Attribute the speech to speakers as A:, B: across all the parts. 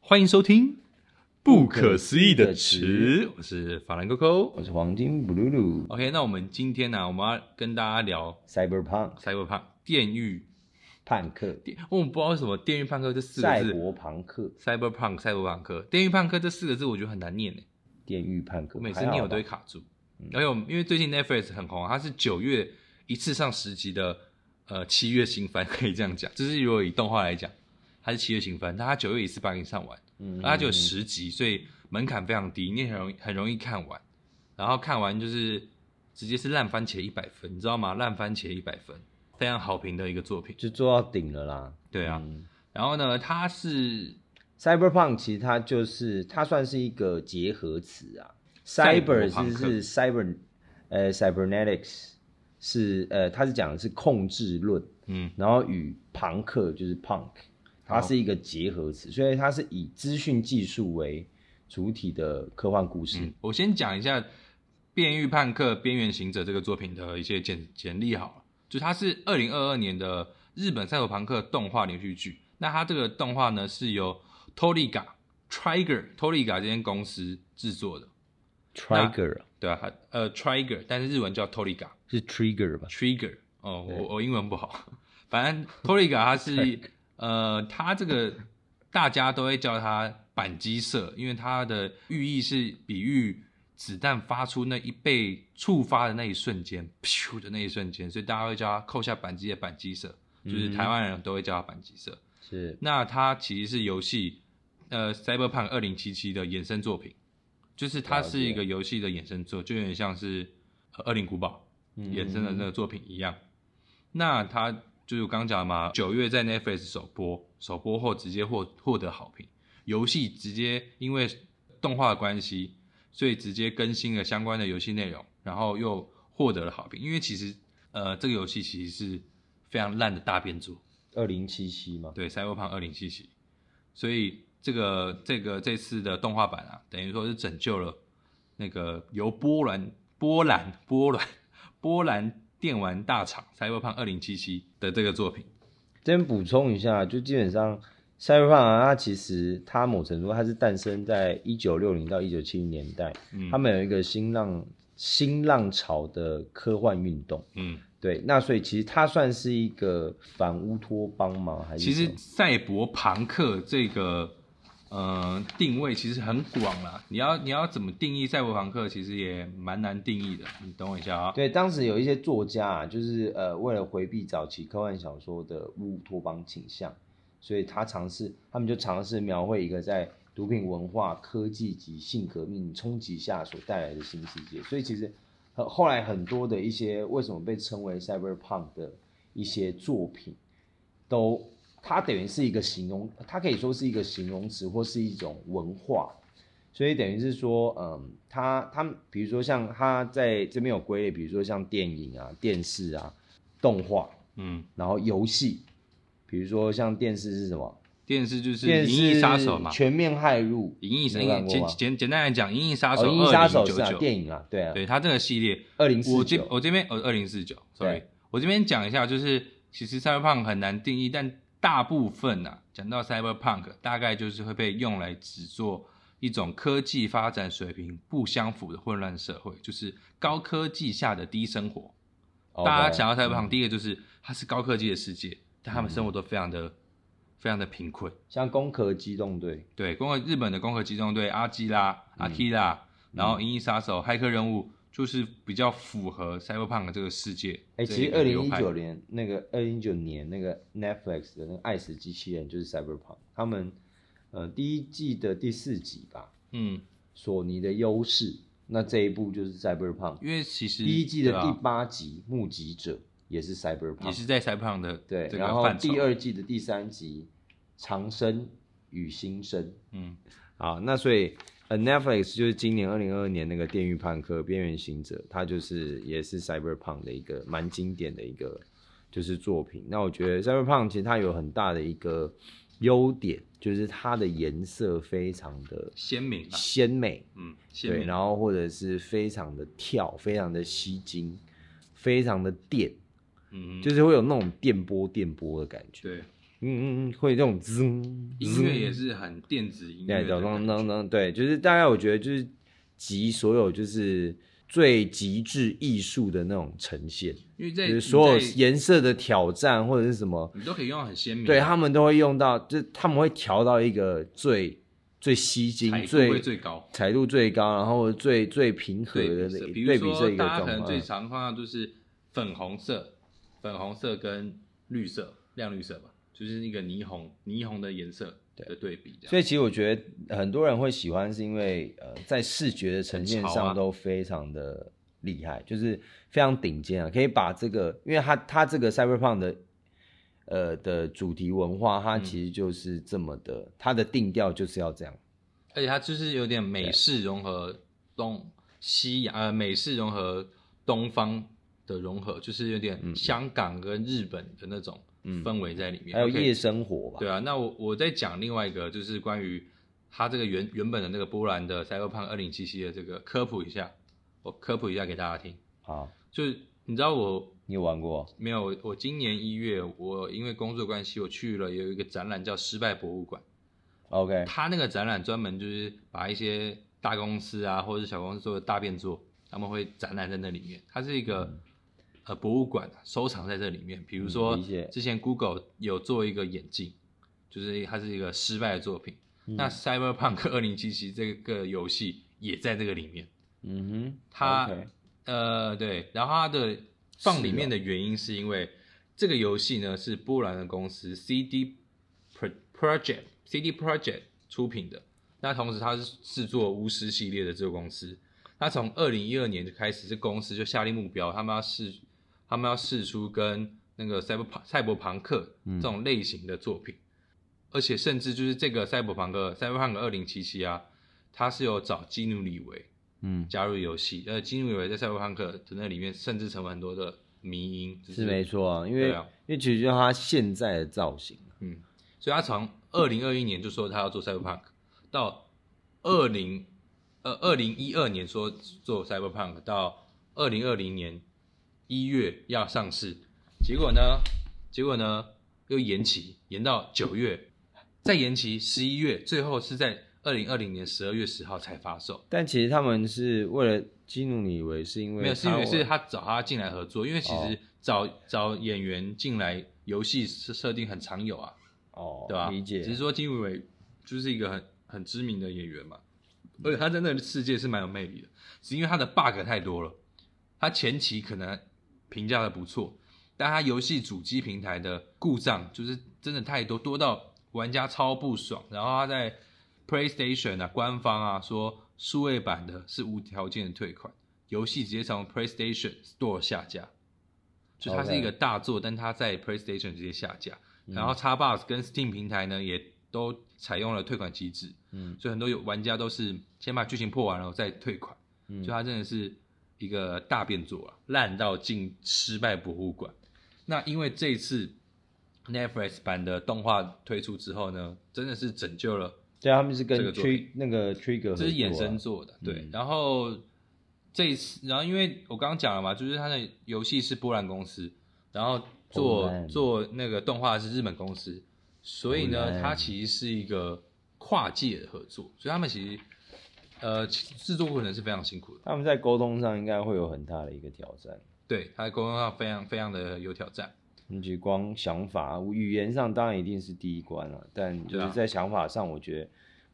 A: 欢迎收听《不可
B: 可
A: 思
B: 思
A: 议
B: 议
A: 的
B: 的
A: 池》，我是法兰 Coco。
B: 我是黄金布鲁鲁
A: OK，那我们今天呢、我们要跟大家聊
B: Cyberpunk
A: Cyberpunk 电狱
B: 叛客，
A: 电，我们不知道为什么“电狱判客”这四个
B: 赛
A: 字
B: 博朋克，
A: ，Cyberpunk、Cyberpunk、电狱判客这四个字，我觉得很难念诶，
B: 电狱叛客，
A: 我每次
B: 还好
A: 念我
B: 吧嗯
A: 都会卡住。而且我们因为最近 Netflix 很红啊，它是九月一次上十集的，呃，七月新番可以这样讲， 就是如果以动画来讲，它是七月新番，但它九月一次把你上完。
B: 嗯
A: 它只有十集，所以门槛非常低，你也很容易很容易看完。然后看完就是直接是烂番茄一百分，你知道吗？烂番茄一百分，非常好评的一个作品。
B: 就做到顶了啦。
A: 对啊，
B: 嗯
A: 然后呢，它是
B: Cyberpunk 其实它就是它算是一个结合词啊
A: 赛博
B: ，Cyber
A: 朋
B: 是
A: 克
B: 是 Cyber 呃 Cybernetics 是呃它是讲的是控制论，
A: 嗯
B: 然后与朋克就是 punk，它是一个结合词，所以它是以资讯技术为主体的科幻故事。
A: 嗯，我先讲一下《变狱判客：边缘行者》这个作品的一些简简历好了，就它是二零二二年的日本赛博朋克动画连续剧。那它这个动画呢是由 Toriga Trigger Toriga 这间公司制作的，
B: Trigger 啊
A: 对啊，它呃 Trigger，但是日文叫 Toriga
B: 是 Trigger 吧？
A: Trigger。哦，我我英文不好， 反正 Toriga 它是呃，它这个大家都会叫它扳机社，因为它的寓意是比喻子弹发出那一被触发的那一瞬间，噗的那一瞬间，所以大家会叫它扣下扳机的扳机社，就是台湾人都会叫它扳机社。
B: 是
A: 那它其实是游戏，呃，《Cyberpunk 2077》的衍生作品，就是它是一个游戏的衍生作，就有点像是《呃恶灵古堡》衍生的那个作品一样。那它就是我刚刚讲的嘛，九月在 Netflix 首播，首播后直接获获得好评，游戏直接因为动画的关系，所以直接更新了相关的游戏内容，然后又获得了好评。因为其实呃，这个游戏其实是非常烂的大变作。
B: 二零七七吗？
A: 对，《赛博朋克2077》，所以这个这个这次的动画版啊，等于说是拯救了那个由波兰波兰波兰波兰电玩大厂《赛博朋克2077》的这个作品。
B: 这边补充一下，就基本上 Cyberpunk 啊它其实它某程度它是诞生在一九六零到一九七零年代，
A: 嗯
B: 他们有一个新浪新浪潮的科幻运动。
A: 嗯，
B: 对，那所以其实它算是一个反乌托邦吗？还是
A: 其
B: 什
A: 实
B: 么
A: 赛博朋克这个呃定位其实很广啦，你要你要怎么定义赛博朋克，其实也蛮难定义的。你等我一下啊、
B: 对，当时有一些作家啊，就是呃，为了回避早期科幻小说的乌托邦倾向，所以他尝试，他们就尝试描绘一个在毒品文化、科技及性革命冲击下所带来的新世界。所以其实呃后来很多的一些为什么被称为 cyberpunk 的一些作品，都它等于是一个形容，它可以说是一个形容词或是一种文化。所以等于是说，嗯，他他们比如说像他在这边有归类，比如说像电影啊、电视啊、动画，
A: 嗯，
B: 然后游戏，比如说像电视是什么？
A: 电视就是《
B: 电视
A: 银翼杀手》嘛，《
B: 全面骇入，
A: 银翼杀
B: 你有看过
A: 简
B: 吗
A: 简简单来讲，《银翼杀手》
B: 哦，银翼杀手
A: 2099
B: 是啊，电影啊，对啊，
A: 对它这个系列，
B: 二零四
A: 我这
B: 九，
A: 我这边呃二零四九，sorry，
B: 对
A: 我这边讲一下，就是其实 cyberpunk 很难定义，但大部分呐、啊，讲到 cyberpunk，大概就是会被用来指做一种科技发展水平不相符的混乱社会，就是高科技下的低生活。
B: 哦
A: 大
B: 啊
A: 家想要
B: 嗯
A: cyberpunk，、第一个就是它是高科技的世界，但他们生活都非常的、非常的贫困。
B: 像《攻壳机动队》，
A: 对，攻克日本的攻壳机动队阿基拉、
B: 嗯
A: 阿基拉，然后《银翼杀手》骇客任务，就是比较符合 Cyberpunk 这个世界。
B: 哎，
A: 这
B: 其实
A: 个
B: 二零
A: 流
B: 一
A: 派
B: 九年那个二零一九年那个 Netflix 的那个《爱死机器人》就是 Cyberpunk，他们呃第一季的第四集吧，
A: 嗯，
B: 索尼的优势。那这一部就是 Cyberpunk
A: 因为其实
B: 第一季的
A: 对
B: 第
A: 吧
B: 八集《目击者》也是
A: 也
B: Cyberpunk，
A: 是在 Cyberpunk 的
B: 对，
A: 这
B: 然
A: 个
B: 后
A: 范畴。
B: 第，二季的第三集《长生与新生》
A: 嗯，
B: 啊，那所以呃 Netflix 就是今年二零二二年那个《电狱判客：边缘行者》，它就是也是 Cyberpunk 的一个蛮经典的一个就是作品。那我觉得 Cyberpunk 其实它有很大的一个优点，就是它的颜色非常的
A: 鲜明啊，
B: 鲜美，
A: 嗯，鲜
B: 对，
A: 明。
B: 然后或者是非常的跳，非常的吸睛，非常的电，
A: 嗯，
B: 就是会有那种电波电波的感觉。
A: 对，
B: 嗯嗯嗯，会这种滋，
A: 音乐也是很电子音乐
B: 对，
A: 的
B: 咚
A: 感
B: 咚
A: 觉，
B: 咚咚，对，就是大概我觉得就是集所有就是最极致艺术的那种呈现，
A: 因为
B: 就
A: 在
B: 是所有
A: 你在
B: 颜色的挑战或者是什么，
A: 你都可以用到很鲜明，
B: 对他们都会用到，就是他们会调到一个最最吸睛
A: 彩、度会
B: 最
A: 最高。
B: 彩度最高，然后最最平和的
A: 对
B: 那
A: 色，比
B: 对
A: 如
B: 比
A: 说
B: 这一个
A: 大家
B: 状
A: 可能最
B: 况。啊嗯
A: 常看到就是粉红色、粉红色跟绿色、亮绿色吧，就是那个霓虹、霓虹的颜色的对比这样。
B: 所以其实我觉得很多人会喜欢，是因为呃，在视觉的呈现
A: 很潮啊
B: 上都非常的厉害，就是非常顶尖啊，可以把这个，因为它它这个 cyberpunk 的呃的主题文化，
A: 嗯
B: 它其实就是这么的，它的定调就是要这样。
A: 而且它就是有点美式融合东西洋，呃，美式融合东方的融合，就是有
B: 嗯
A: 点香港跟日本的那种氛围在里面。
B: 还有
A: OK，
B: 夜生活吧，
A: 对啊，那我我再讲另外一个，就是关于它这个原原本的那个波兰的 Cyberpunk 二零七七的这个科普一下，我科普一下给大家听。
B: 好，
A: 就是你知道我
B: 你有玩过？
A: 没有，我我今年一月我因为工作关系，我去了有一个展览叫失败博物馆，
B: OK，
A: 它那个展览专门就是把一些大公司啊或者是小公司做的大变作，他们会展览在那里面，它是一个。呃，博物馆收藏在这里面，比如说
B: 嗯嗯理解
A: 之前 Google 有做一个眼镜，就是它是一个失败的作品。
B: 嗯
A: 那 Cyberpunk 二零七七这个游戏也在这个里面，
B: 嗯哼，
A: 它
B: OK
A: 呃，对，然后它的放里面的原因是因为这个游戏呢是波兰的公司 CD Pro- Project CD Project 出品的，那同时它是制作巫师系列的这个公司，那从二零一二年就开始，这公司就下定目标，他们要试，他们要试出跟那个赛博朋赛博朋克这种类型的作品，而且甚至就是这个赛博朋克赛博朋克二零七七啊，它是有找基努里维
B: 嗯，
A: 加入游戏，呃，基努里维在赛博朋克的那里面甚至成为很多的迷因，就是
B: 没错啊，因
A: 对
B: 为、
A: 啊
B: 因为其实就是它现在的造型，
A: 嗯，所以他从二零二一年就说他要做 Cyberpunk，到二零呃二零一二年说做 Cyberpunk，到二零二零年一月要上市，结果呢，结果呢又延期，延到九月，再延期十一月，最后是在二零二零年十二月十号才发售。
B: 但其实他们是为了激怒你以为是因为
A: 没有，是因为
B: 他
A: 是他找他进来合作，因为其
B: 哦
A: 实找、找演员进来游戏设设定很常有啊，
B: 哦，
A: 对吧、
B: 理解，
A: 只是说金宇伟就是一个很很知名的演员嘛，而且他在那个世界是蛮有魅力的，只因为他的 bug 太多了。他前期可能评价的不错，但他游戏主机平台的故障就是真的太多，多到玩家超不爽。然后他在 PlayStation 啊官方啊说数位版的是无条件的退款，游戏直接从 PlayStation Store 下架。就它
B: OK
A: 是一个大作但它在 PlayStation 直接下架。然后 Xbox 跟 Steam 平台呢也都采用了退款机制，
B: 嗯
A: 所以很多有玩家都是先把剧情破完了再退款，
B: 嗯
A: 所以它真的是一个大变作啊，烂到进失败博物馆。那因为这一次 Netflix 版的动画推出之后呢，真的是拯救了
B: 对啊，他们是跟
A: 这个作
B: Trig 那个 Trigger，
A: 这是
B: 合作啊
A: 衍生做的，对。然后这一次，然后因为我刚刚讲了嘛，就是它的游戏是波兰公司，然后
B: 波
A: 做
B: 兰
A: 做那个动画是日本公司，所以
B: 波兰
A: 呢，它其实是一个跨界的合作，所以他们其实呃其制作过程是非常辛苦的，
B: 他们在沟通上应该会有很大的一个挑战，
A: 对，它在沟通上非常非常的有挑战。
B: 你只光想法、语言上当然一定是第一关了、但就
A: 对
B: 是
A: 啊
B: 在想法上，我觉得，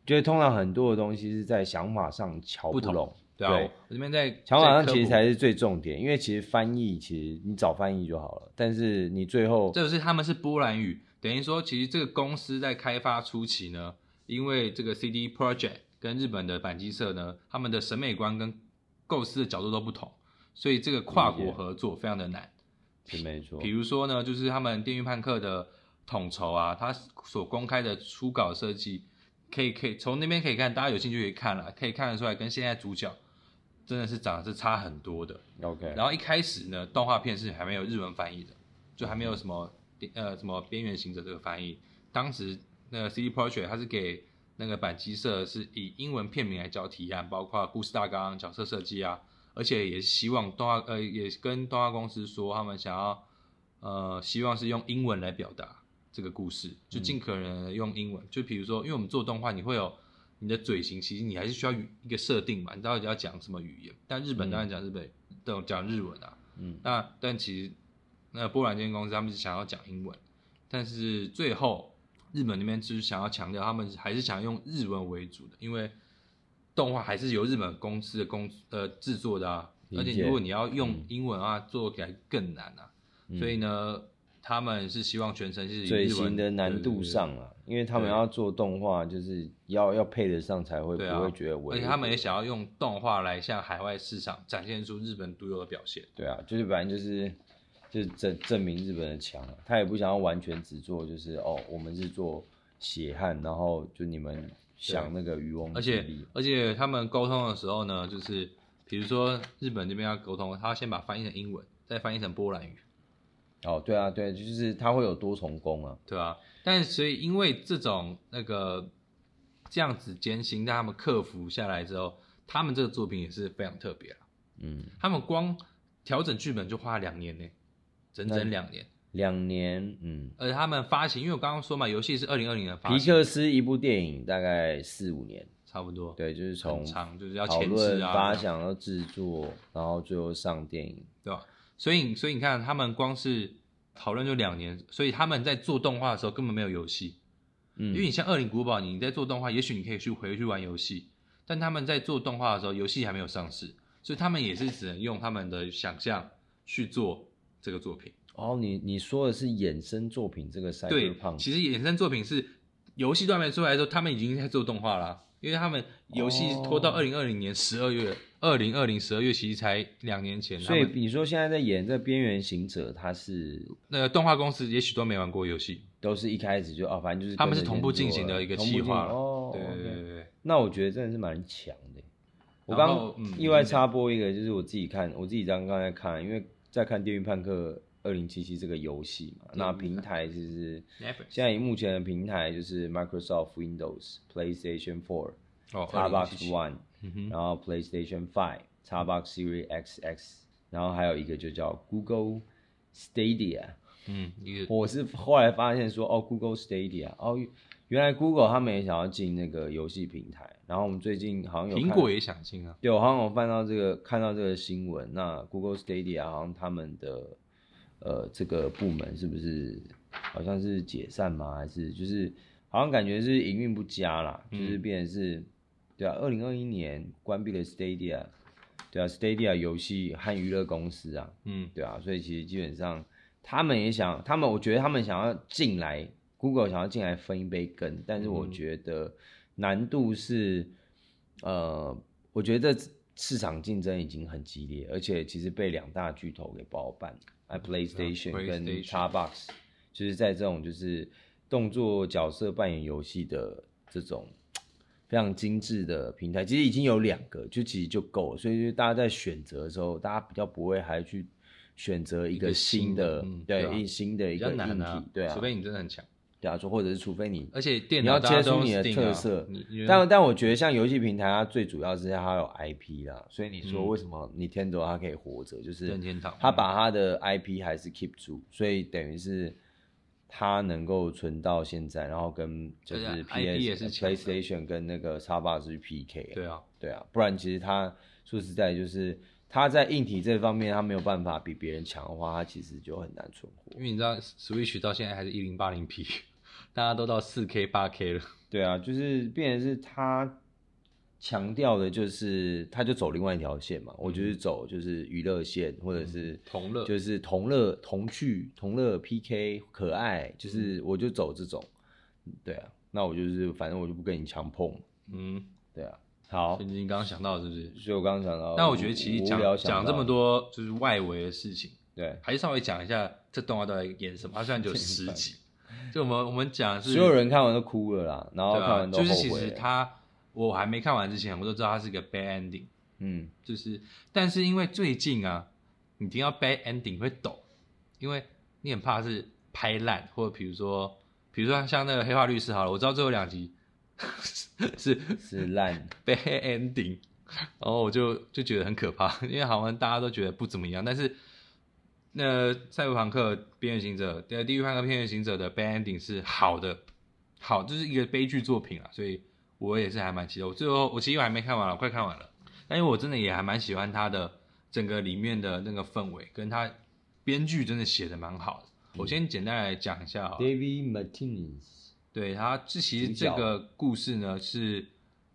B: 觉得通常很多的东西是在想法上瞧
A: 不同
B: 拢，
A: 对啊，
B: 对
A: 我我这边在
B: 想法上
A: 在科
B: 其实
A: 普
B: 才是最重点，因为其实翻译其实你找翻译就好了，但是你最后
A: 这就是他们是波兰语，等于说其实这个公司在开发初期呢，因为这个 CD Project 跟日本的板机社呢，他们的审美观跟构思的角度都不同，所以这个跨
B: 理
A: 国
B: 解
A: 合作非常的难。
B: 是没错
A: 比，如说呢，就是他们《电锯判客》的统筹啊，他所公开的初稿设计，可以可以从那边可以看，大家有兴趣可以看了，可以看得出来跟现在主角真的是长得是差很多的。
B: OK，
A: 然后一开始呢，动画片是还没有日文翻译的，就还没有什么呃什么边缘行者这个翻译。当时那个 CD Projekt 它是给那个板机社是以英文片名来交提案，包括故事大纲、角色设计啊，而且也希望动画呃也跟动画公司说他们想要呃希望是用英文来表达，这个故事，就尽可能地用英文。就比如说，因为我们做动画，你会有你的嘴型，其实你还是需要语一个设定嘛，你到底要讲什么语言？但日本当然讲日本，都讲日文啊。
B: 嗯，
A: 那但其实那波兰这间公司他们是想要讲英文，但是最后日本那边就是想要强调，他们还是想用日文为主的，因为动画还是由日本公司的公呃制作的啊。而
B: 理
A: 且
B: 解
A: 如果你要用英文啊，做起来更难啊。
B: 嗯
A: 所以呢，他们是希望全程是以
B: 嘴
A: 日文
B: 型的难度，上啊，因为他们
A: 对
B: 要做动画，就是要要配得上才会
A: 对
B: 不
A: 啊
B: 会觉得
A: 对对对而
B: 违和。
A: 且他们也想要用动画来向海外市场展现出日本独有的表现。
B: 对啊，就是反正就是就是证证明日本的强啊，他也不想要完全只做就是哦，我们是做血汗，然后就你们想那个渔翁
A: 而
B: 之
A: 且
B: 利，
A: 而且他们沟通的时候呢，就是比如说日本这边要沟通，他要先把它翻译成英文，再翻译成波兰语，
B: 哦，对啊，对，就是他会有多重工啊，
A: 对吧、但所以因为这种那个这样子艰辛，但他们克服下来之后，他们这个作品也是非常特别啊。
B: 嗯，
A: 他们光调整剧本就花了两年呢，整整两年。
B: 两年，嗯，
A: 而且他们发行，因为我刚刚说嘛，游戏是二零二零年发行，
B: 皮克斯一部电影大概四五年，
A: 差不多，
B: 对，就是从
A: 很长，就是要
B: 讨
A: 前置
B: 论、
A: 啊，
B: 发想到制作，然后最后上电影，
A: 对吧？所以，所以你看，他们光是讨论就两年，所以他们在做动画的时候根本没有游戏，
B: 嗯
A: 因为你像《恶灵古堡》，你在做动画，也许你可以去回去玩游戏，但他们在做动画的时候，游戏还没有上市，所以他们也是只能用他们的想象去做这个作品。
B: 哦，你你说的是衍生作品这个
A: 对
B: cyberpunk，，
A: 其实衍生作品是游戏都还没出来的时候，他们已经在做动画啦、因为他们游戏拖到
B: 哦
A: 二零二零年十二月，二零二零十二月其实才两年前，
B: 所以
A: 他们
B: 你说现在在演这《边缘行者》，他是
A: 那个动画公司也许都没玩过游戏，
B: 都是一开始就哦，反正就是
A: 他们是
B: 跟着
A: 同步
B: 先做
A: 进行的一个
B: 同步
A: 计
B: 进
A: 划
B: 行
A: 了
B: 哦，
A: 对对
B: OK
A: 对对，
B: 那我觉得真的是蛮强的。我
A: 然
B: 刚
A: 后嗯
B: 意外插播一个，就是我自己看，我自己刚刚在看，因为在看《电锯判客二零七七》这个游戏嘛，那平台其实
A: 对对
B: 现在以目前的平台就是 Microsoft Windows、PlayStation Four、
A: 哦，
B: Xbox
A: 2077
B: One，
A: 嗯哼，
B: 然后 PlayStation Five、Xbox Series XX，然后还有一个就叫 Google Stadia。
A: 嗯，一个
B: 我是后来发现说，哦，Google Stadia，哦，原来 Google 他们也想要进那个游戏平台。然后我们最近好像有看
A: 苹果也想进啊，
B: 对，我好像有看到这个看到这个新闻。那 Google Stadia 好像他们的呃这个部门是不是好像是解散吗？还是就是好像感觉是营运不佳啦，就是变成是，对啊，二零二一年关闭了 Stadia，对啊，Stadia 游戏和娱乐公司啊，
A: 嗯，
B: 对啊，所以其实基本上他们也想，他们我觉得他们想要进来，Google 想要进来分一杯羹，但是我
A: 嗯
B: 觉得难度是，呃，我觉得市场竞争已经很激烈，而且其实被两大巨头给包办，哎，PlayStation 跟
A: 啊 PlayStation
B: Xbox，就是在这种就是动作角色扮演游戏的这种。非常精致的平台，其实已经有两个，就其实就够了。所以就是大家在选择的时候，大家比较不会还去选择一个新
A: 一个新的
B: 的，
A: 嗯
B: 对，
A: 对啊
B: 一新的
A: 比
B: 一个
A: 较
B: 硬体，
A: 难啊，
B: 对啊
A: 除，非你真的很强，
B: 对啊，说或者是除非你，
A: 而且电
B: 你
A: 脑
B: 要
A: 大家
B: 切
A: 都
B: 出你的
A: Steam 啊
B: 特色
A: 你你
B: 但但我觉得像游戏平台，它最主要是它有 IP 啦，所以你
A: 嗯
B: 说为什么 Nintendo 它可以活着，就是
A: 任天堂
B: 他把他的 IP 还是 keep 住，所以等于是他能够存到现在，然后跟就
A: 对啊
B: 是
A: IP 也
B: PS、
A: 是强的
B: PlayStation 跟那个 Xbox 去 PK 啊。
A: 对啊，
B: 对啊，不然其实他说实在就是他在硬体这方面他没有办法比别人强的话，他其实就很难存活
A: 因。为你知道 Switch 到现在还是一零八零 P，大 家都到四 K 八 K 了，
B: 对啊，就是变成是他强调的就是他就走另外一条线嘛，我
A: 嗯
B: 就是走就是娱乐线或者是。
A: 同乐
B: 就是同乐同趣同乐 PK 可爱，就是
A: 嗯
B: 我就走这种，对啊，那我就是反正我就不跟你强碰，
A: 嗯。
B: 对啊，好
A: 所，以你刚刚想到的是不是？
B: 所以我刚刚想到，
A: 那我觉得其实
B: 无
A: 讲
B: 聊想
A: 讲
B: 到
A: 这么，多就是外围的事情，
B: 对，啊
A: 还是稍微讲一下这动画到底演什么。它虽然只有十 集，就我们我们讲的是
B: 所有人看完都哭了啦，然后
A: 对
B: 看
A: 啊，
B: 完都
A: 就
B: 后
A: 是
B: 悔
A: 其
B: 了，
A: 实它我还没看完之前，我都知道它是一个 bad ending，
B: 嗯，
A: 就是但是因为最近啊，你听到 bad ending 会抖，因为你很怕是拍烂，或者比如说比如说像那个黑化律师好了，我知道最后两集 是
B: 是 烂，
A: bad ending，然后我就就觉得很可怕，因为好像大家都觉得不怎么样，但是那赛博朋克边缘行者，对，地狱朋克边缘行者的 bad ending 是好的，好，就是一个悲剧作品啊，所以我也是还蛮期待。我最后我其实我还没看完了，我快看完了，但因为我真的也还蛮喜欢它的整个里面的那个氛围，跟它编剧真的写的蛮好的。我先简单来讲一下好了，
B: David Martinez，
A: 对它这其实这个故事呢是，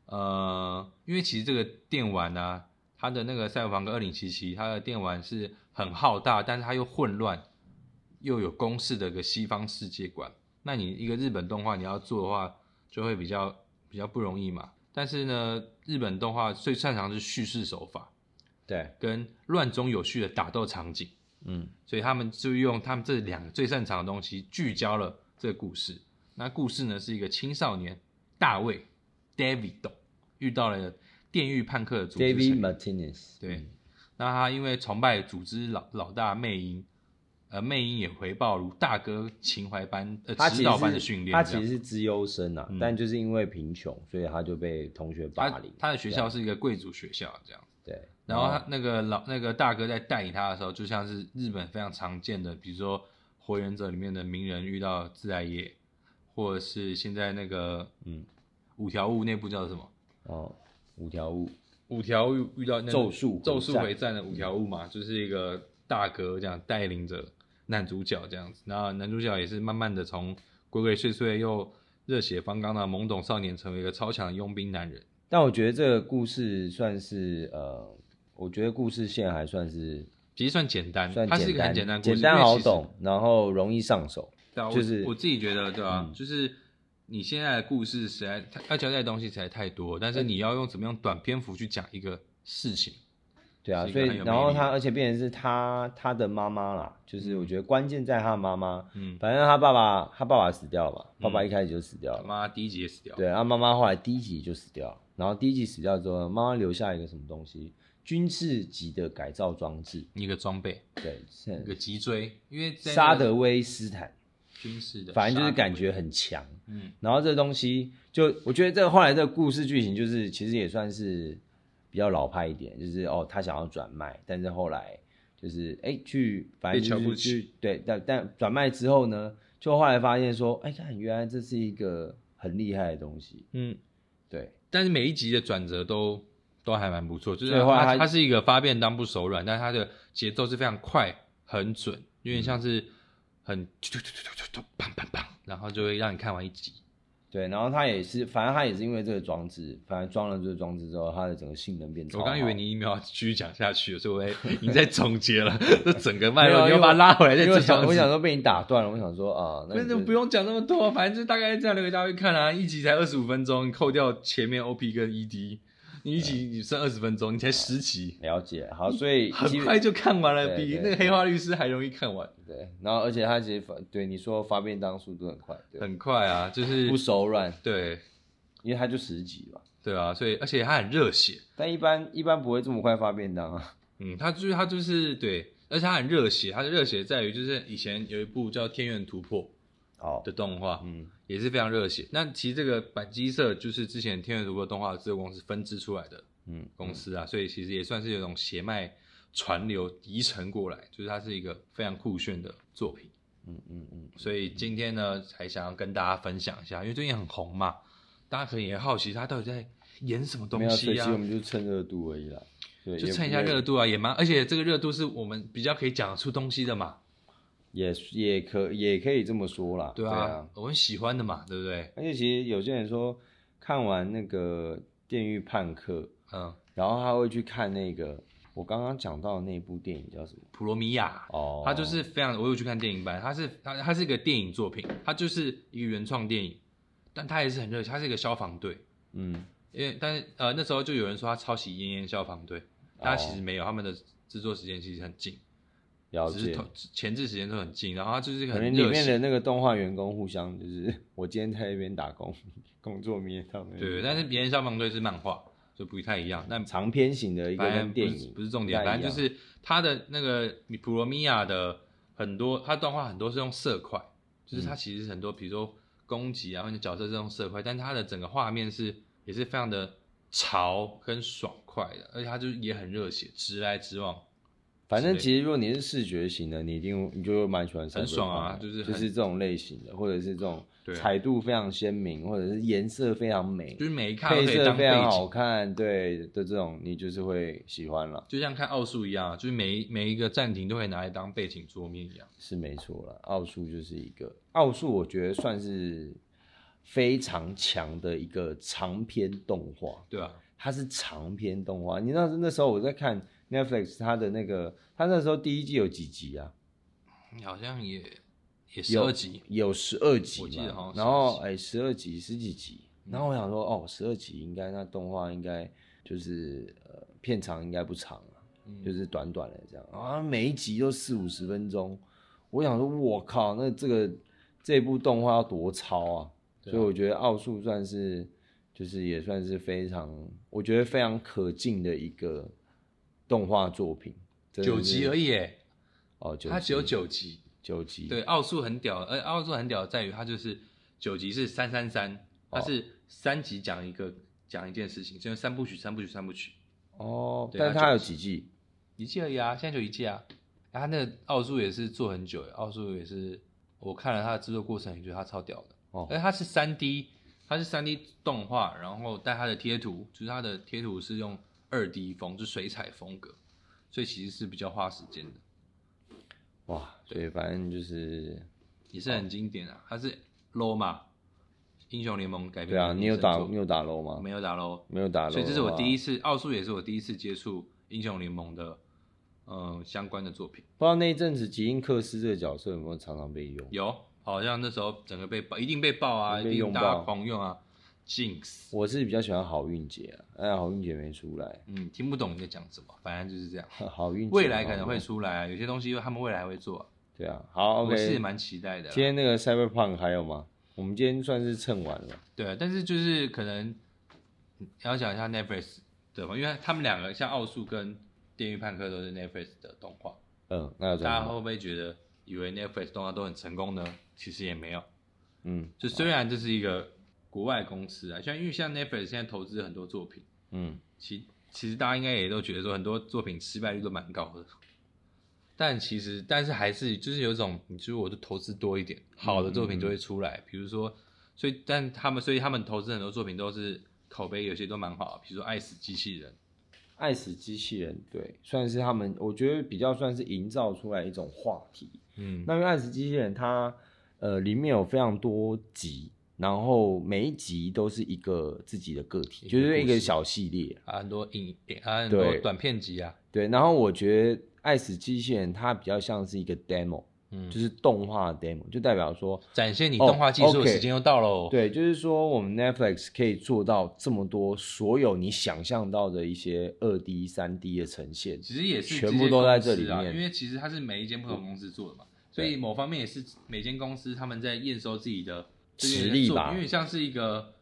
A: 呃，因为其实这个电玩呢、啊，它的那个《赛博朋克二零七七》，它的电玩是很浩大，但是它又混乱，又有公式的一个西方世界观。那你一个日本动画你要做的话，就会比较比较不容易嘛。但是呢，日本动画最擅长是叙事手法
B: 对，
A: 跟乱中有序的打斗场景。
B: 嗯，
A: 所以他们就用他们这两个最擅长的东西聚焦了这个故事。那故事呢是一个青少年大卫 David 遇到了电狱叛客的组织成员
B: ，David Martinez，嗯
A: 对，那他因为崇拜组织老老大魅影，呃，魅影也回报如大哥情怀般呃
B: 他其
A: 指
B: 实
A: 导
B: 是
A: 般的训练，
B: 他
A: 这样
B: 其实是资优生啊
A: 嗯，
B: 但就是因为贫穷，所以他就被同学霸
A: 他
B: 凌。
A: 他的学校是一个贵族学校这样。
B: 对，
A: 然后他那个老那个大哥在带领他的时候，就像是日本非常常见的，比如说《火影忍者》里面的鸣人遇到自来也，或者是现在那个
B: 嗯
A: 五条悟那部叫什么？
B: 哦，五条悟，
A: 五条悟遇到那个
B: 咒术回
A: 咒术
B: 战
A: 回战的嗯五条悟嘛，就是一个大哥这样带领着男主角这样子，然后男主角也是慢慢的从鬼鬼祟祟又热血方刚的懵懂少年，成为一个超强的佣兵男人。
B: 但我觉得这个故事算是呃，我觉得故事线还算是
A: 其实算简单，
B: 算
A: 它是一
B: 简
A: 个很
B: 单，
A: 简单的故事，
B: 简单
A: 因为
B: 好
A: 其实
B: 懂，然后容易上手。
A: 对啊，
B: 就
A: 就是是我自己觉得，对吧、
B: 嗯
A: 就是你现在的故事实在它要交代的东西实在太多，但是你要用怎么样短篇幅去讲一个事情，
B: 对啊，
A: 是一
B: 所
A: 个
B: 以
A: 很有
B: 然
A: 魅
B: 后
A: 力
B: 他，
A: 的
B: 而且变成是他他的妈妈啦，就是我觉得关键在他的妈妈。
A: 嗯，
B: 反正他爸爸，他爸爸死掉了嘛，爸爸
A: 嗯
B: 一开始就死掉
A: 他
B: 了。
A: 妈第一集也死掉，
B: 对，然后妈妈后来第一集就死掉了，然后第一集死掉之后呢，妈妈留下一个什么东西，军事级的改造装置，
A: 一个装备，
B: 对，
A: 一个
B: 是
A: 脊椎，因为在那
B: 沙
A: 个
B: 德威斯坦，
A: 军事的，
B: 反正就是感觉很强。
A: 嗯，
B: 然后这东西就，我觉得这个后来这个故事剧情就是，其实也算是比较老派一点，就是哦，他想要转卖，但是后来就是哎去，反正
A: 被瞧
B: 就
A: 不
B: 是
A: 起
B: 去对，但但转卖之后呢，就后来发现说，哎，看原来这是一个很厉害的东西，
A: 嗯，
B: 对，
A: 但是每一集的转折都都还蛮不错，就是
B: 所以后来
A: 它
B: 它
A: 它是一个发便当不手软，但它的节奏是非常快、很准，有点像是很突突突突突突砰砰砰，然后就会让你看完一集。
B: 对，然后他也是，反正他也是因为这个装置，反正装了这个装置之后，它的整个性能变超
A: 我刚以为
B: 好
A: 你一秒继续讲下去，所以 我已经在总结了这整个脉
B: 没有
A: 络，你要
B: 因为
A: 把它拉回来再
B: 因为我
A: 讲
B: 想
A: 一
B: 我
A: 次
B: 想。说被你打断了，我想说啊，那
A: 那
B: 你
A: 就
B: 就
A: 不用讲那么多，反正就大概这样留给大家去看啊。一集才二十五分钟，扣掉前面 OP 跟 ED，你一集你剩二十分钟，你才十集，
B: 了解好，所以基
A: 很
B: 本
A: 快就看完了，
B: 对
A: 比
B: 对
A: 那个黑化律师还容易看完，
B: 对，然后而且他其实发对你说发便当速度很快，对，
A: 很快啊，就是
B: 不手软，
A: 对
B: 因为他就十级嘛。
A: 对啊，所以而且他很热血，
B: 但一般一般不会这么快发便当啊。
A: 嗯，他就是他就是对，而且他很热血，他的热血在于就是以前有一部叫《天元突破》
B: 好，
A: 的动画，
B: 嗯，
A: 也是非常热血。那其实这个板机社就是之前天元如国动画制作公司分支出来的
B: 嗯
A: 公司啊，所以其实也算是有一种血脉传流遗承过来，就是它是一个非常酷炫的作品。
B: 嗯嗯嗯，
A: 所以今天呢，才想要跟大家分享一下，因为最近很红嘛，大家可能也好奇它到底在演什么
B: 没
A: 东
B: 有，所
A: 西
B: 以其实我
A: 啊。
B: 们就蹭热度而已啦，对，
A: 就
B: 也
A: 蹭一
B: 不
A: 下
B: 会
A: 热，度啊，也蛮，而且这个热度是我们比较可以讲得出东西的嘛，
B: 也也可也可以这么说啦，
A: 对
B: 对
A: 啊，我们喜欢的嘛，对不对？
B: 而且其实有些人说看完那个《电狱判客》，
A: 嗯，
B: 然后他会去看那个我刚刚讲到的那部电影叫什么？
A: 普罗米亚，
B: 哦，
A: 它就是非常，我有去看电影版，它是它它是一个电影作品，它就是一个原创电影，但它也是很热血，它是一个消防队，
B: 嗯，
A: 因为但是呃那时候就有人说它抄袭《烟烟消防队》，
B: 哦
A: 但它其实没有，他们的制作时间其实很近，
B: 了
A: 只是
B: 解。
A: 同前置时间都很近，然后它就是一个
B: 可
A: 很
B: 能里
A: 热
B: 面
A: 血，
B: 的那个动画员工互相就是，我今天在那边打工， 工作明天到那边。
A: 对，但是《烟烟消防队》是漫画，就不太一样，但
B: 长篇型的一个
A: 反正
B: 跟
A: 不
B: 电
A: 是
B: 影
A: 不是重点，
B: 不太
A: 反
B: 一
A: 正就是它的那个普罗米亚的很多，它动画很多是用色块，就是
B: 嗯
A: 它其实很多，比如说攻击啊或者角色是用色块，但它的整个画面是也是非常的潮跟爽快的，而且它就是也很热血，直来直往，
B: 反正其实如果你是视觉型的，你一定你就会蛮喜欢
A: 很爽啊
B: cyberpunk
A: 就是很
B: 就是这种类型的，或者是这种
A: 对啊
B: 彩度非常鲜明，或者是颜色非常美
A: 就，是每一看都
B: 配
A: 可以
B: 色
A: 当
B: 非
A: 背
B: 常
A: 景
B: 好，看，对的这种你就是会喜欢了，
A: 就像看奥数一样啊，就是每一每一个暂停都可以拿来当背景桌面一样。
B: 是没错了。奥数就是一个奥数，我觉得算是非常强的一个长篇动画。
A: 对啊，
B: 它是长篇动画。你知道那时候我在看 Netflix 它的那个，它那时候第一季有几集啊？
A: 嗯好像也也十
B: 有
A: 二集，
B: 有十二集
A: 我记得好
B: 嘛
A: 像。
B: 然后
A: 12集
B: 哎，十二集十几集，然后我想说，哦，十二集应该那动画应该就是呃片长应该不长啊，
A: 嗯
B: 就是短短的这样啊，每一集都四五十分钟。我想说，我靠，那这个这部动画要多超啊！
A: 对啊
B: 所以我觉得奥数算是，就是也算是非常，我觉得非常可敬的一个动画作品。
A: 九集而
B: 已
A: 已耶，
B: 哦，九
A: 它只有
B: 集
A: 九集。
B: 九集，
A: 对，奥数很屌，而奥数很屌在于它就是九集是三三三，它
B: 哦
A: 是三集讲一个讲一件事情，就是三部曲、三部曲、三部曲，
B: 哦，
A: 对
B: 但是
A: 它
B: 它
A: 九
B: 有
A: 集
B: 几季？
A: 一季而已啊，现在就一季啊。然后它那个奥数也是做很久耶，奥数也是我看了它的制作过程，也觉得它超屌的。
B: 哦
A: 而它是三 D，它是三 D 动画，然后但它的贴图就是它的贴图是用二 D 风，就水彩风格，所以其实是比较花时间的，
B: 哇，对，反正就是
A: 也是很经典啊。它是 LO 嘛，英雄联盟改编
B: 哦对
A: 的衍
B: 啊，
A: 生作。
B: 你有打你有打 LO
A: 我
B: 吗？
A: 没有打 LO，
B: 没有打啊 LO，
A: 所以这是我第
B: 一，
A: 一次，奥数也是我第一次接触英雄联盟的，嗯、相关的作品。
B: 不知道那一阵子吉因克斯这个角色有没有常常被用？
A: 有，好像那时候整个被爆，一定被爆啊，一
B: 被
A: 定
B: 用
A: 大家
B: 爆
A: 狂用啊。Jinx，
B: 我是比较喜欢好运姐啊，哎，好运姐没出来，
A: 嗯，听不懂你在讲什么，反正就是这样。
B: 好运姐
A: 未来可能
B: 好
A: 会
B: 运
A: 出来啊，有些东西他们未来还会做啊、
B: 对啊，好
A: 我是
B: ，OK，
A: 蛮期待的啦。
B: 今天那个 Cyberpunk 还有吗？我们今天算是蹭完了，
A: 对，但是就是可能嗯要讲一下 Netflix 对吧？因为他们两个像《奥数》跟《电狱判客》都是 Netflix 的动画，
B: 嗯，那有
A: 大
B: 怎么
A: 家
B: 样？
A: 会不会觉得以为 Netflix 动画都很成功呢？其实也没有。
B: 嗯
A: 就虽然这是一个国外公司啊，像因为像 Netflix 现在投资很多作品。
B: 嗯，
A: 其其实大家应该也都觉得说，很多作品失败率都蛮高的。但其实，但是还是就是有一种，你就是我就投资多一点，好的作
B: 嗯
A: 品就会出来。比如说，所以但他们所以他们投资很多作品都是口碑有些都蛮好，比如说《爱死机器人
B: 爱死机器人，对，算是他们，我觉得比较算是营造出来一种话题。》，
A: 嗯，
B: 那因为《爱死机器人》它呃里面有非常多集，然后每一集都是一个自己的个体，
A: 一个
B: 就是一
A: 故
B: 个
A: 事
B: 小系列。
A: 啊很多影啊很多
B: 对
A: 短片集啊，
B: 对，然后我觉得《爱死机器人》它比较像是一个 demo，
A: 嗯，
B: 就是动画 demo，就代表说，
A: 展现你
B: 哦
A: 动画技术的
B: OK
A: 时间又到哦喽。
B: 对，就是说我们 Netflix 可以做到这么多所有你想象到的一些二 D、三 D 的呈现。
A: 其实也是
B: 全
A: 这
B: 部
A: 些
B: 都在
A: 公司
B: 这里
A: 啊
B: 面
A: 因为其实它是每一间不同公司做的嘛，所
B: 对
A: 以某方面也是每间公司他们在验收自己的这些
B: 实力
A: 作
B: 吧
A: 因为像是一个，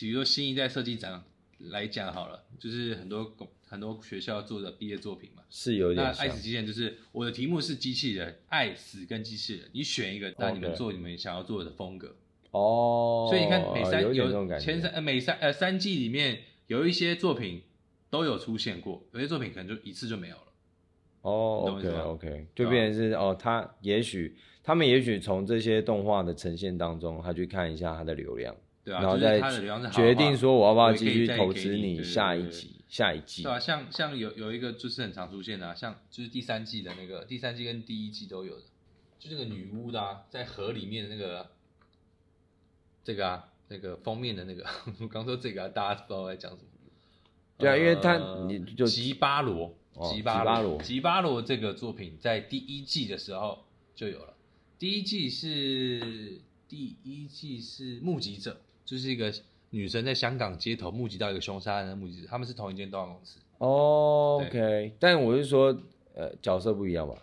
A: 比如说新一代设计展来讲好了，就是很多公很多学校做的毕业作品嘛。
B: 是有
A: 那
B: 点
A: 爱
B: 像
A: 死，机器人就是我的题目是机器人，爱死跟机器人，你选一个，那你们做你们想要做的风格。
B: 哦，
A: 所以你看每三
B: 有点这种感觉，
A: 前三呃每三呃三季里面有一些作品都有出现过，有些作品可能就一次就没有了。
B: 哦
A: 你懂我意
B: ，OK
A: 思吗
B: OK，就
A: 对啊
B: 变成是哦，他也许他们也许从这些动画的呈现当中，他去看一下它的流量，
A: 对啊，
B: 然后
A: 就是
B: 再
A: 它的流量是好的话
B: 决定说我要不要
A: 我也可
B: 继
A: 以
B: 续
A: 再
B: 投
A: 给
B: 资
A: 你对对
B: 下一
A: 对
B: 集、下一季
A: 对。啊，像像有有一个就是很常出现的、啊，像就是第三季的那个，第三季跟第一季都有的，就那个女巫的、啊，在河里面的那个，这个啊，那个封面的那个， 我刚说这个、啊，大家不知道我在讲什么。
B: 对啊因为它
A: 呃
B: 你就
A: 吉巴罗，
B: 哦
A: 吉
B: 吉
A: 巴
B: 巴
A: 罗，
B: 罗
A: 吉巴罗这个作品在第一季的时候就有了。第一季是第一季是目击者，就是一个女生在香港街头目击到一个凶杀案的目击者，他们是同一间动画公司，
B: 哦
A: 对
B: ，OK，但我是说，呃，角色不一样吧？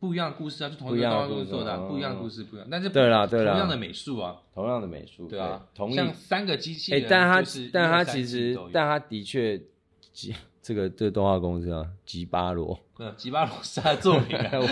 A: 不一样的故事啊，就同
B: 不
A: 一
B: 一
A: 个动画
B: 样的
A: 公司
B: 故事
A: 做的啊，
B: 哦
A: 不一样的故事，不一样，但是
B: 对啦对啦
A: 同样的美术啊，
B: 同样的美术，
A: 对啊，
B: 同意。
A: 像三个机器
B: 哎
A: 人，，
B: 但他
A: 就是
B: 但
A: 一二
B: 他
A: 三
B: 其
A: 季
B: 实
A: 都有
B: 但他的确，吉 这个这个动画公司啊，吉巴罗，
A: 嗯吉巴罗是他的作品啊，
B: 我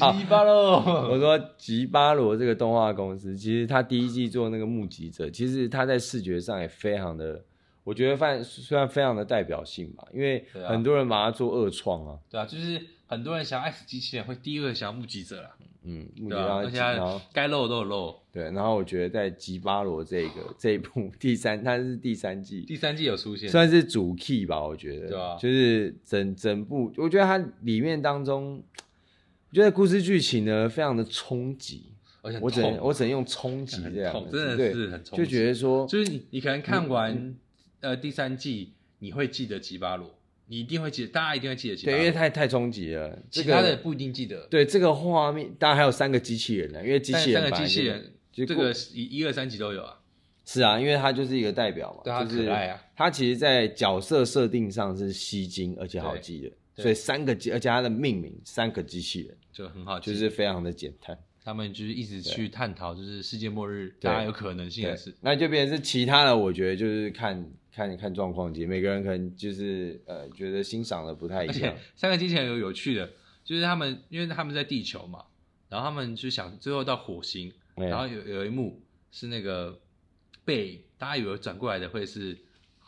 B: 道
A: 吉巴罗，
B: 我说吉巴罗这个动画公司，其实他第一季做那个目击者，其实他在视觉上也非常的，我觉得范虽然非常的代表性吧，因为
A: 对啊
B: 很多人把它做二创啊，
A: 对啊，就是很多人想要爱死机器人，会第一个想要目击者啦，
B: 嗯，我
A: 对
B: 觉
A: 吧、
B: 得
A: 而且
B: 它然后
A: 它该露的都有露。
B: 对，然后我觉得在吉巴罗这个这一部第三，它是第三季，
A: 第三季有出现，
B: 算是主 key 吧，我觉得，
A: 对啊
B: 就是整整部，我觉得它里面当中，我觉得故事剧情呢非常的冲击，
A: 而且很
B: 我只能
A: 痛啊
B: 我只能用冲击这样
A: 很痛，
B: 的字，
A: 真的
B: 对
A: 是很冲击。
B: 就觉得嗯说，
A: 就是你你可能看完呃第三季，你会记得吉巴罗，你一定会记得，大家一定会记得吉巴
B: 对，
A: 罗。
B: 因为太太冲击了，这
A: 其他的
B: 个
A: 不一定记得。
B: 对这个画面，当然还有三个机器人啊呢，因为机
A: 但
B: 器
A: 是三
B: 人
A: 个
B: 本来
A: 机
B: 就
A: 器人，
B: 就
A: 这个是一一二三集都有啊。
B: 是啊，因为它就是一个代表嘛，
A: 对它
B: 就是
A: 可爱啊
B: 它其实，在角色设定上是吸睛而且好记的，
A: 对
B: 所以三个机，而且它的命名三个机器人
A: 就很好记，
B: 就是非常的简单。
A: 他们就是一直去探讨，就是世界末日
B: 对
A: 大家有可能性
B: 对
A: 的事。，
B: 那就变成是其他的，我觉得就是看看看状况级，每个人可能就是呃觉得欣赏的不太一
A: 而
B: 样
A: 且。三个机器人有有趣的，就是他们因为他们在地球嘛，然后他们就想最后到火星，
B: 对
A: 然后有有一幕是那个背，大家以为转过来的会是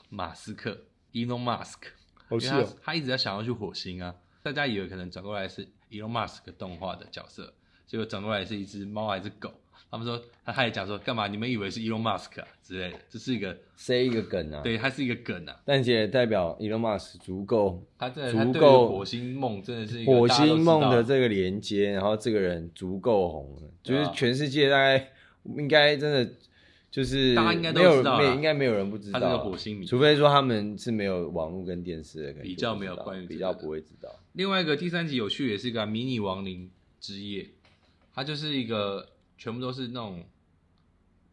A: 马斯克 Elon Musk，因
B: 哦
A: 为他他一直在想要去火星啊，大家以为可能转过来是 Elon Musk 动画的角色，结果转过来是一只猫还是狗？他们说他他也讲说干嘛？你们以为是 Elon Musk 啊之类的，这是一个
B: 塞一个梗啊，
A: 对，它是一个梗啊。
B: 但也代表 Elon Musk 足够
A: 他真的，
B: 足
A: 他对于
B: 够
A: 火星梦真的是一个
B: 火
A: 大家都
B: 星
A: 知
B: 梦
A: 道
B: 的这个连接，然后这个人足够红了，就
A: 对啊
B: 是全世界大概应该真的就是
A: 大家应该都
B: 没有
A: 知道
B: 没
A: 啦
B: 应该没有人不知
A: 他
B: 道
A: 是
B: 啦，
A: 个火星迷。
B: 除非说他们是没有网络跟电视的，可能
A: 比
B: 就
A: 较
B: 不
A: 没
B: 知
A: 有
B: 道
A: 关于
B: 比
A: 这
B: 较
A: 个
B: 不会知道。
A: 另外一个第三集有趣也是一个啊迷你亡灵之夜，它就是一个全部都是那种，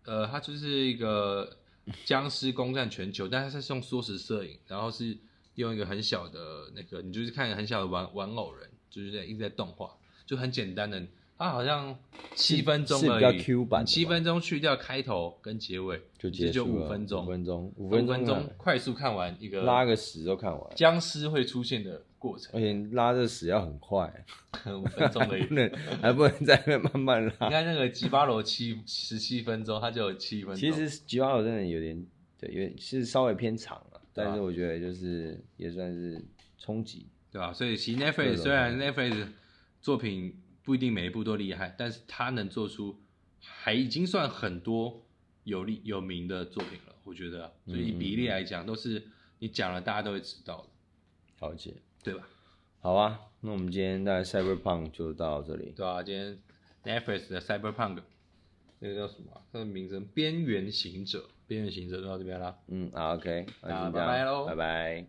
A: 呃，它就是一个僵尸攻占全球，但是它是用缩时摄影，然后是用一个很小的那个，你就是看很小的玩玩偶人，就是在一直在动画，就很简单的，它好像七分钟
B: 是比
A: 而
B: 较
A: 已
B: Q 版的
A: 七
B: 吧
A: 分钟去掉开头跟结尾，
B: 就
A: 其实
B: 结
A: 就
B: 束
A: 五
B: 了
A: 分钟，
B: 五分钟，五
A: 五
B: 分
A: 分
B: 钟啊
A: 钟快速看完一个
B: 拉个屎都看完，
A: 僵尸会出现的过程，
B: 而且拉这屎要很快，
A: 五分钟而已
B: 不。能还不能在那边慢慢
A: 你
B: 拉。
A: 看那个吉巴罗七十七分钟，它就有七分钟。
B: 其实吉巴罗真的有点对，有点是稍微偏长了，
A: 对啊
B: 但是我觉得就是也算是冲击。
A: 对吧、所以其实
B: 对
A: Netflix
B: 的
A: 虽然 Netflix 作品不一定每一部都厉害，但是它能做出还已经算很多有力有名的作品了，我觉得啊，所以以比例来讲，都是你讲了大家都会知道的，
B: 了解，
A: 对吧？
B: 好啊，那我们今天大概 Cyberpunk 就到这里。
A: 对啊，今天 Netflix 的 Cyberpunk 那个叫什么啊？它的名称《边缘行者》，《边缘行者》就到这边啦。
B: 嗯，好，OK，那
A: 好
B: 先这样
A: 拜拜喽
B: 拜拜。